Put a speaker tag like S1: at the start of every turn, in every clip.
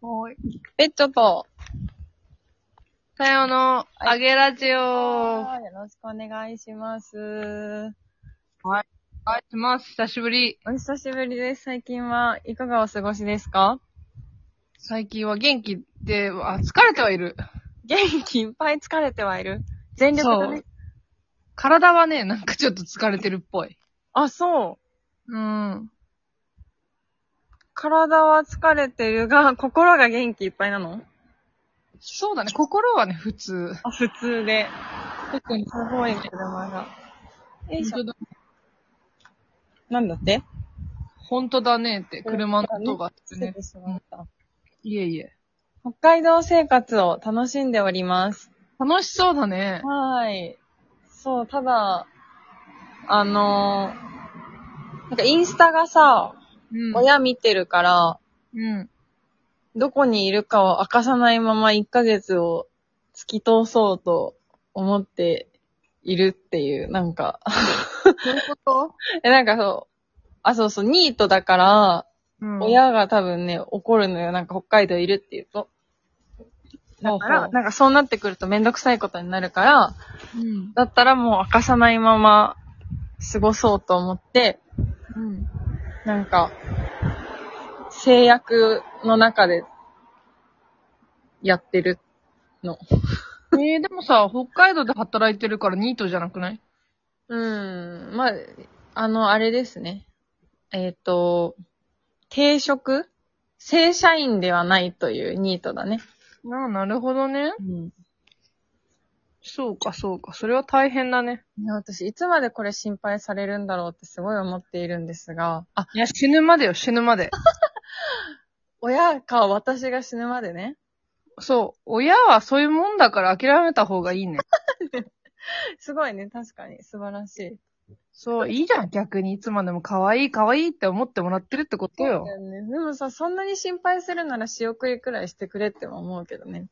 S1: はい。
S2: ペットと、さよの、あげラジオ。
S1: よろしくお願いします。
S2: はい、します。久しぶり。
S1: お久しぶりです。最近はいかがお過ごしですか
S2: 最近は元気で、あ、疲れてはいる。
S1: 元気いっぱい疲れてはいる。全力だ
S2: そ
S1: ね
S2: う。体はね、なんかちょっと疲れてるっぽい。
S1: あ、そう。
S2: うん。
S1: 体は疲れてるが、 心が元気いっぱいなの
S2: そうだね、心はね、普通。
S1: あ、普通で。
S2: 特に。
S1: すごい車が。よいしょ。
S2: だ
S1: なんだって
S2: 本当だねって、車の音がしてね。
S1: 失礼しました
S2: いえいえ。
S1: 北海道生活を楽しんでおります。
S2: 楽しそうだね。
S1: はい。そう、ただ、あのーなんかインスタがさ、
S2: うん。
S1: 親見てるから、
S2: うん。
S1: どこにいるかを明かさないまま1ヶ月を突き通そうと思っているっていう、なんか、
S2: どういうこと
S1: え、なんかそう、あ、そうそう、ニートだから、
S2: うん。
S1: 親が多分ね、怒るのよ、なんか北海道いるって言うと。だから、
S2: ほうほう
S1: なんかそうなってくるとめんどくさいことになるから、
S2: うん。
S1: だったらもう明かさないまま過ごそうと思って、
S2: うん。
S1: なんか、制約の中でやってるの。
S2: えー、でもさ、北海道で働いてるからニートじゃなくない
S1: うん。まあ、あの、あれですね。えっ、と、定職正社員ではないというニートだね。
S2: ああ、なるほどね。
S1: うん。
S2: そうか、そうか。それは大変だね。
S1: いや、私、いつまでこれ心配されるんだろうってすごい思っているんですが、あ、
S2: いや、死ぬまでよ、死ぬまで。
S1: 親か私が死ぬまでね。
S2: そう。親はそういうもんだから諦めた方がいいね。
S1: すごいね、確かに。素晴らしい。
S2: そう、いいじゃん。逆にいつまでも可愛い可愛いって思ってもらってるってことよ
S1: だ。よね。でもさ、そんなに心配するなら仕送りくらいしてくれっても思うけどね。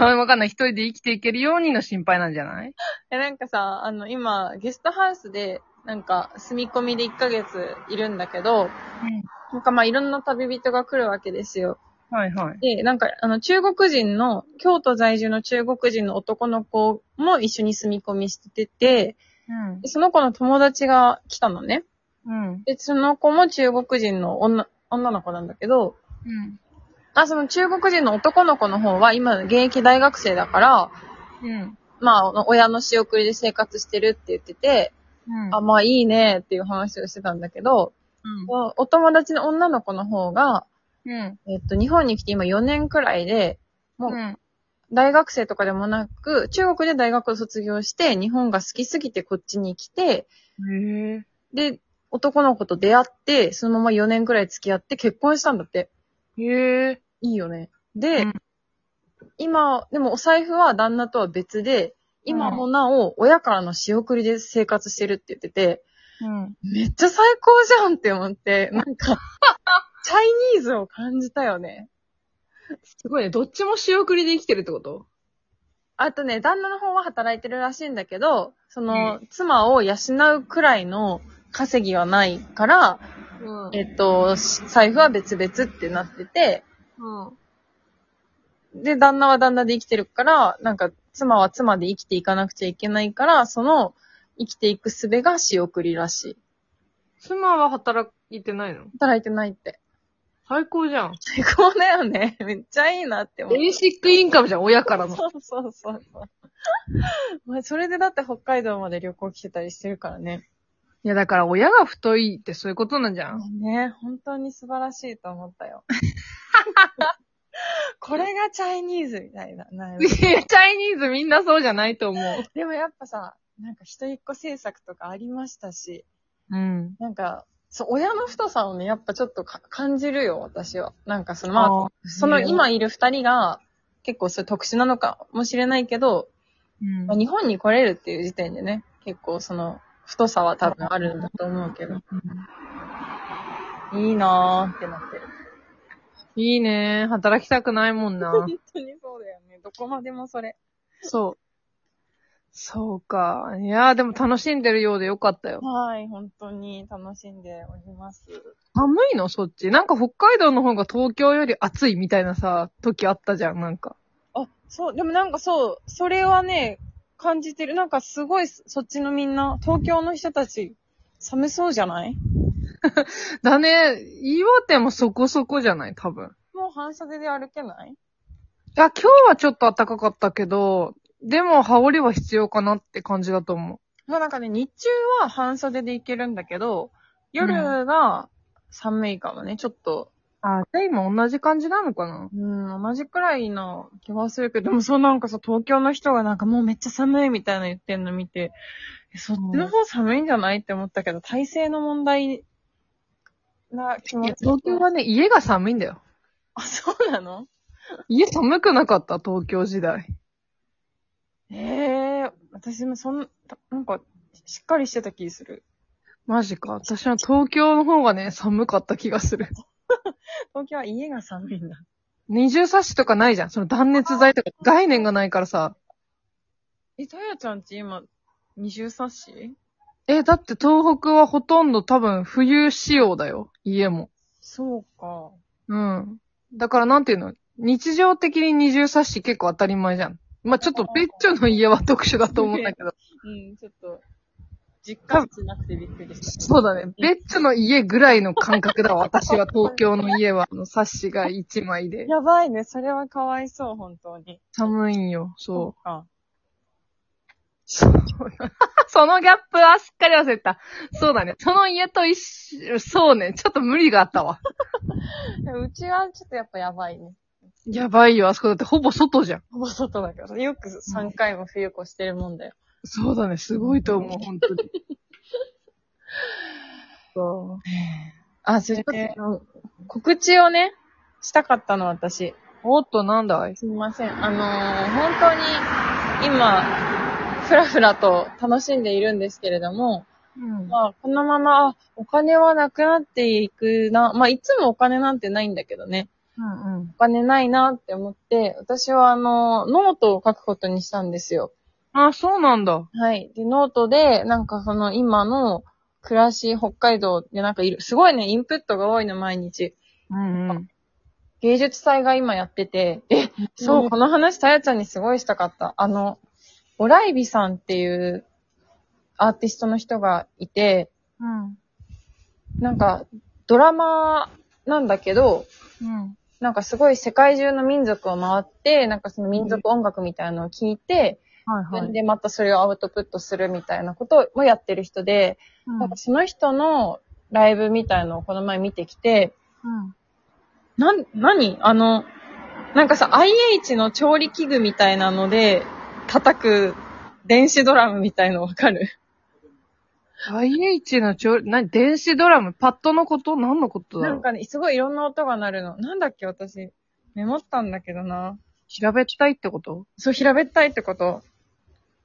S2: わかんない。一人で生きていけるようにの心配なんじゃない
S1: え、なんかさ、あの、今、ゲストハウスで、なんか、住み込みで1ヶ月いるんだけど、なんかまあ、いろんな旅人が来るわけですよ。
S2: うん。はいはい。
S1: で、なんか、あの、中国人の、京都在住の中国人の男の子も一緒に住み込みしてて、でその子の友達が来たのね。
S2: うん。うん。
S1: で、その子も中国人の女、女の子なんだけど、
S2: うん。
S1: あ、その中国人の男の子の方は今現役大学生だから、
S2: うん。
S1: まああの、親の仕送りで生活してるって言ってて、
S2: うん。
S1: あ、まあいいねっていう話をしてたんだけど、お友達の女の子の方が、
S2: うん。
S1: えっと、日本に来て今4年くらいで、もう
S2: うん。
S1: 大学生とかでもなく、中国で大学を卒業して、日本が好きすぎてこっちに来て、
S2: へえ。
S1: で、男の子と出会って、そのまま4年くらい付き合って結婚したんだって。
S2: へえ。
S1: いいよね。で、
S2: うん
S1: 今、でもお財布は旦那とは別で、今
S2: うん
S1: もなお親からの仕送りで生活してるって言ってて、
S2: うん。
S1: めっちゃ最高じゃんって思って、なんか、 チャイニーズを感じたよね。
S2: すごいね。どっちも仕送りで生きてるってこと
S1: あとね、旦那の方は働いてるらしいんだけど、その、妻を養うくらいの稼ぎはないから、
S2: うん
S1: えっと、し財布は別々ってなってて、
S2: うん。
S1: で、旦那は旦那で生きてるから、なんか、妻は妻で生きていかなくちゃいけないから、その、生きていく術が仕送りらしい。
S2: 妻は働いてないの
S1: 働いてないって。
S2: 最高じゃん。
S1: 最高だよね。めっちゃいいなって思う。
S2: ベーシックインカムじゃん、親から の。
S1: そうそうそうそう。まあ、それでだって北海道まで旅行来てたりしてるからね。
S2: いや、だから親が太いってそういうことなんじゃん。
S1: ね本当に素晴らしいと思ったよ。これがチャイニーズみたいな。なん
S2: い やチャイニーズみんなそうじゃないと思う。
S1: でもやっぱさ、なんか一人っ子政策とかありましたし、
S2: うん。
S1: なんか、そう、親の太さをね、やっぱちょっとか感じるよ、私は。なんかその、まあ、その今いる二人が、結構それ特殊なのかもしれないけど、
S2: うん
S1: まあ、日本に来れるっていう時点でね、結構その、太さは多分あるんだと思うけど。いいなーってなってる。
S2: いいね働 きたくないもんな。
S1: 本当にそうだよね。どこまでもそれ。
S2: そう。そうか。いやー、でも楽しんでるようでよかったよ。
S1: はい、本当に楽しんでおります。
S2: 寒いのそっち。なんか北海道の方が東京より暑いみたいなさ、時あったじゃん、なんか。
S1: あ、そう、でもなんかそう、それはね、感じてる。なんかすごい、そっちのみんな、東京の人たち、寒そうじゃない
S2: だね、岩手もそこそこじゃない多分。
S1: もう半袖で歩けない
S2: いや、今日はちょっと暖かかったけど、でも羽織は必要かなって感じだと思
S1: そうなんかね、日中は半袖で行けるんだけど、
S2: う
S1: 夜が寒いかもね、ちょっと。
S2: う。あ、じゃあ今同じ感じなのかな
S1: うん、同じくらいの気はするけど、でもそうなんかさ、東京の人がなんかもうめっちゃ寒いみたいな言ってんの見て、えそっちの方寒いんじゃないって思ったけど、体勢の問題な気持ち。
S2: 東京はね、家が寒いんだよ。
S1: あ、そうなの
S2: 家寒くなかった、東京時代。
S1: ええ私もそん、なんか、しっかりしてた気する。
S2: マジか。私は東京の方がね、寒かった気がする。
S1: 東京は家が寒いんだ。
S2: 二重サッシとかないじゃん。その断熱材とか概念がないからさ。
S1: え、たやちゃんち今、二重冊子
S2: え、だって東北はほとんど多分冬仕様だよ。家も。
S1: そうか。
S2: うん。だからなんていうの日常的に二重サッシ結構当たり前じゃん。まあ、ちょっと別居の家は特殊だと思うんだけど。
S1: うん、ちょっと、実感しなくてびっくりした。
S2: そうだね。別居の家ぐらいの感覚だわ。私は東京の家は、あの、サッシが一枚で。
S1: やばいね。それはかわいそう、本当に。
S2: 寒いんよ。そう。
S1: うか。
S2: そうそのギャップはすっかり忘れてた。そうだね。その家と一緒、そうね。ちょっと無理があったわ。
S1: うちはちょっとやっぱやばいね。
S2: やばいよ。あそこだってほぼ外じゃん。
S1: ほぼ外だから。よく3回も冬越してるもんだよ。
S2: そうだね。すごいと思う。本当に。そ
S1: あ、それで、告知をね、したかったの、私。
S2: うおっと、なんだい
S1: すみません。あのー本当に、今、ふらふらと楽しんでいるんですけれども、
S2: うん
S1: まあ、このまま、あお金はなくなっていくな。まあ、いつもお金なんてないんだけどね。
S2: うんうん。
S1: お金ないなって思って、私はあの、ノートを書くことにしたんですよ。
S2: あ、そうなんだ。
S1: はい。で、ノートで、なんかその今の暮らし、北海道でなんかいる、すごいね、インプットが多いの、毎日。
S2: うんうん。
S1: 芸術祭が今やってて、え、そう、この話、たやちゃんにすごいしたかった。あの、オライビさんっていうアーティストの人がいて、
S2: うん。
S1: なんか、ドラマなんだけど、
S2: うん。
S1: なんかすごい世界中の民族を回って、なんかその民族音楽みたいなのを聞いて、
S2: はい
S1: 自
S2: は
S1: 分
S2: い。
S1: でまたそれをアウトプットするみたいなこともやってる人で、
S2: うん
S1: なんかその人のライブみたいのをこの前見てきて、
S2: うん
S1: なん、何あの、なんかさ、IH の調理器具みたいなので、叩く電子ドラムみたいのわかる
S2: IH の調理、なに、電子ドラム、パッドのこと何のことだ
S1: な
S2: ろうん
S1: かね、すごいいろんな音が鳴るの。なんだっけ私、メモったんだけどな。
S2: 調べたいってこと
S1: そう、平べったいってこと。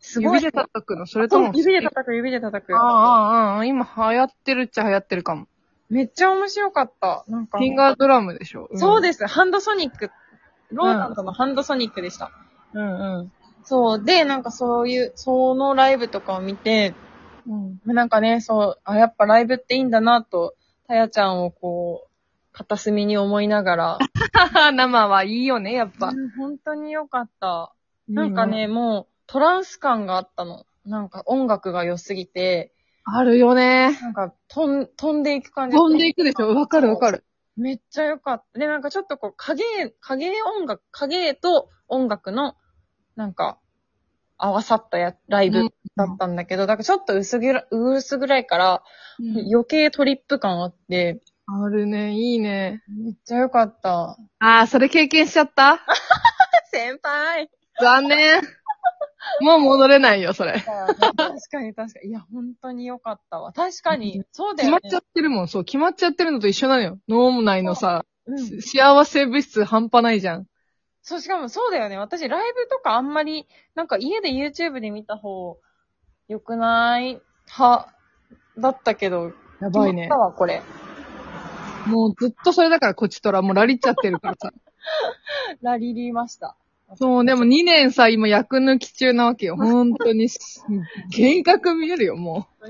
S1: すごい。
S2: 指で叩くのそれとも。
S1: そう指で叩く、指で叩く。
S2: ああ、ああ、ああ、今流行ってるっちゃ流行ってるかも。
S1: めっちゃ面白かった。なんか。
S2: フィンガードラムでしょ。
S1: そう
S2: す。
S1: です。ハンドソニック。ローランドのハンドソニックでした。
S2: うんうん。
S1: そう。で、なんかそういう、そのライブとかを見て、
S2: うん。
S1: なんかね、そう、あ、やっぱライブっていいんだなと、たやちゃんをこう、片隅に思いながら。
S2: 生はいいよね、やっぱ。
S1: うん本当に良かった。なんかね、もう、トランス感があったの。なんか音楽が良すぎて、
S2: あるよね。
S1: なんか飛ん飛んでいく感じ。
S2: 飛んでいくでしょ。わかるわかる。
S1: めっちゃ良かった。で、なんかちょっとこう、影、影音楽、影と音楽の、なんか、合わさったや、ライブだったんだけど、だからちょっと薄ぐら、薄暗いから、余計トリップ感あって、
S2: あるね、いいね。
S1: めっちゃ良かった。
S2: ああ、それ経験しちゃった
S1: 先輩
S2: 残念。もう戻れないよ、それ。
S1: 確かに確かに。いや、本当に良かったわ。確かに。そうだ
S2: 決
S1: よ
S2: ま
S1: ね
S2: っ。ちゃってるもん、そう。決まっちゃってるのと一緒なのよ。脳内のさ、
S1: うん。
S2: 幸せ物質半端ないじゃん。
S1: そう、しかもそうだよね。私、ライブとかあんまり、なんか家で YouTube で見た方、良くない派だったけど、
S2: やばいね
S1: 決まった。わ、これ。
S2: もうずっとそれだから、こっちとら。もうラリっちゃってるからさ。
S1: ラリりました。
S2: そう、でも2年さ、今役抜き中なわけよ。本当にし、幻覚見えるよ、もう。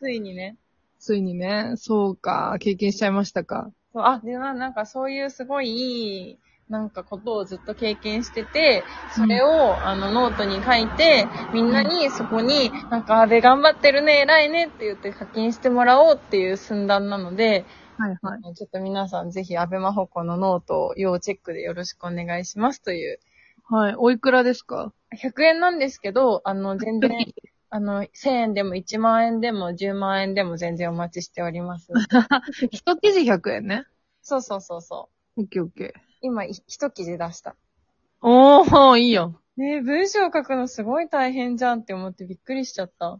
S1: ついにね。
S2: ついにね、そうか、経験しちゃいましたか。
S1: そうあ、でな、なんかそういうすごいいい、なんかことをずっと経験してて、それを、あのノートに書いて、みんなにそこに、なんか、安倍頑張ってるね、偉いねって言って課金してもらおうっていう寸断なので、
S2: はいはい。
S1: ちょっと皆さんぜひ安倍真帆子のノートを要チェックでよろしくお願いしますという。
S2: はい、おいくらですか
S1: 100円なんですけど、あの、全 然、あの、1000円でも1万円でも10万円でも全然お待ちしております。
S2: 一記事100円ね。
S1: そうそうそうそう。
S2: オッケーオッケー。
S1: 今、い一記事出した。
S2: おー、いいよ。
S1: ねえ、文章書くのすごい大変じゃんって思ってびっくりしちゃった。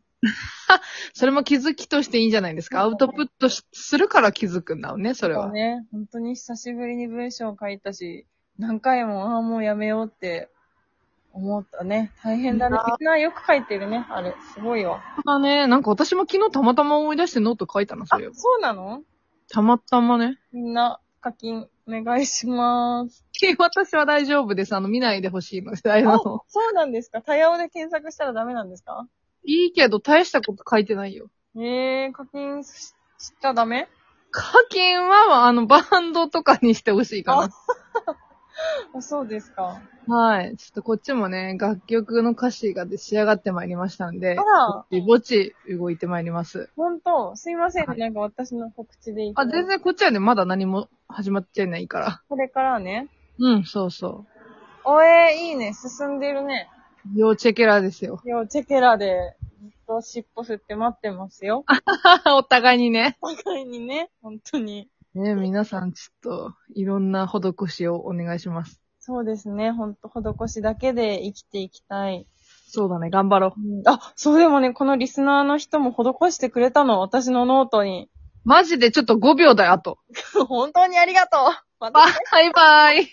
S2: それも気づきとしていいんじゃないですか。アウトプットしするから気づくんだね、それは。
S1: ね、本当に久しぶりに文章書いたし、何回も、ああ、もうやめようって思ったね。大変だね
S2: な。
S1: みんなよく書いてるね。あれ、すごいわ。
S2: まあね、なんか私も昨日たまたま思い出してノート書いたな、そ
S1: あ
S2: れを、。
S1: そうなの
S2: たまたまね。
S1: みんな課金お願いします。
S2: 私は大丈夫です。あの、見ないでほしいの で、あ
S1: あ
S2: の、
S1: そうなんですかタヤオで検索したらダメなんですか
S2: いいけど、大したこと書いてないよ。
S1: ええー、課金ししちゃダメ
S2: 課金は、あの、バンドとかにしてほしいか
S1: あ、そうですか。
S2: な。はい。ちょっとこっちもね、楽曲の歌詞がで仕上がってまいりましたんで
S1: あ、ら、
S2: ぼち動いてまいります。
S1: 本当すいません、ね
S2: はい
S1: なんか私の告知でいい
S2: あ、全然こっちはね、まだ何も始まってないから。
S1: これからね。
S2: うん、そうそ
S1: おえー、いいね。進んでるね。
S2: う。要チェケラですよ。
S1: よ、チェケラで、ずっと尻尾振って待ってますよ。
S2: お互いにね。
S1: お互いにね、本当に。
S2: ね、皆さんちょっと、いろんな施しをお願いします。
S1: そうですね、ほんと、施しだけで生きていきたい。
S2: そうだね、頑張ろう。
S1: あ、そうでもね、このリスナーの人も施してくれたの、私のノート に。
S2: マジでちょっと5秒だよ、あと。
S1: 本当にありがとうまた
S2: バイバイ。